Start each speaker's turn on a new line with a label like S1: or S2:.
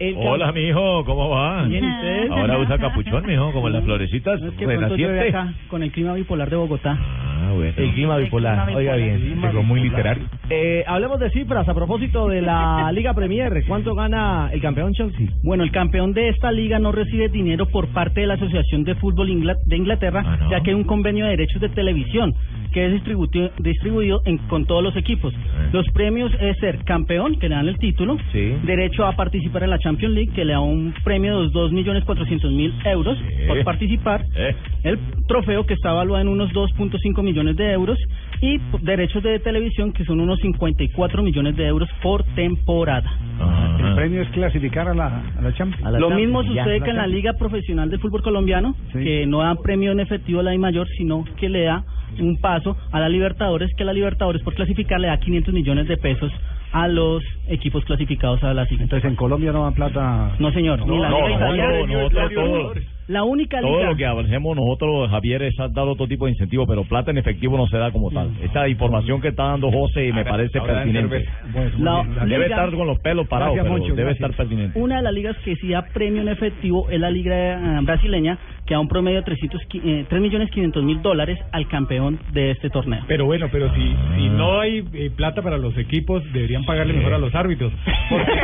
S1: El
S2: Hola, mijo, ¿cómo va?
S1: Bien, ¿y usted?
S2: Ahora usa capuchón, mijo, como en las florecitas.
S1: No, es que pronto llueve
S2: renaciente.
S1: acá con el clima bipolar de Bogotá.
S2: Ah, bueno.
S3: El clima bipolar, oiga bien.
S2: Llegó muy literario.
S3: Eh, hablemos de cifras a propósito de la Liga Premier. ¿Cuánto gana el campeón Chelsea?
S1: Bueno, el campeón de esta liga no recibe dinero por parte de la Asociación de Fútbol Ingla- de Inglaterra,
S2: Ah, ¿no?
S1: ya que hay un convenio de derechos de televisión que es distributi- distribuido en- con todos los equipos.
S2: Ah.
S1: Los premios es ser campeón, que le dan el título,
S3: Sí.
S1: derecho a participar en la Champions League, que le da un premio de los 2.400.000 euros
S2: Sí.
S1: por participar,
S2: Eh.
S1: el trofeo que está evaluado en unos 2.5 millones de euros y p- derechos de televisión que son unos 54 millones de euros por temporada.
S2: Ajá.
S4: El premio es clasificar a la, a la Champions.
S3: A la
S1: Lo mismo
S3: Champions, ya.
S1: sucede que en la Liga Profesional de Fútbol Colombiano,
S4: Sí.
S1: que no da premio en efectivo a la I mayor, sino que le da un paso a la Libertadores, que la Libertadores por clasificar le da 500 millones de pesos a los equipos clasificados a la siguiente.
S4: Entonces en Colombia no dan plata.
S1: No, señor. ni la,
S2: No,
S1: Liga
S2: no,
S1: Italiana-
S2: no, nosotros todo,
S1: la única
S2: todo
S1: liga.
S2: lo que avancemos nosotros, Javier, es dar otro tipo de incentivo, pero plata en efectivo no se da como tal. Esta información que está dando José me parece pertinente.
S4: Pues, muy
S1: La-
S4: bien,
S2: Debe
S1: Liga-
S2: estar con los pelos parados,
S4: Gracias,
S2: pero
S4: Moncho,
S2: debe
S4: gracias.
S2: estar pertinente.
S1: Una de las ligas que sí da premio en efectivo es la liga eh, brasileña, que da un promedio de 300, qui- eh, 3 millones 500 mil dólares al campeón de este torneo.
S5: Pero bueno, pero si, si no hay eh, plata para los equipos, deberían pagarle mejor a los árbitros. Porque-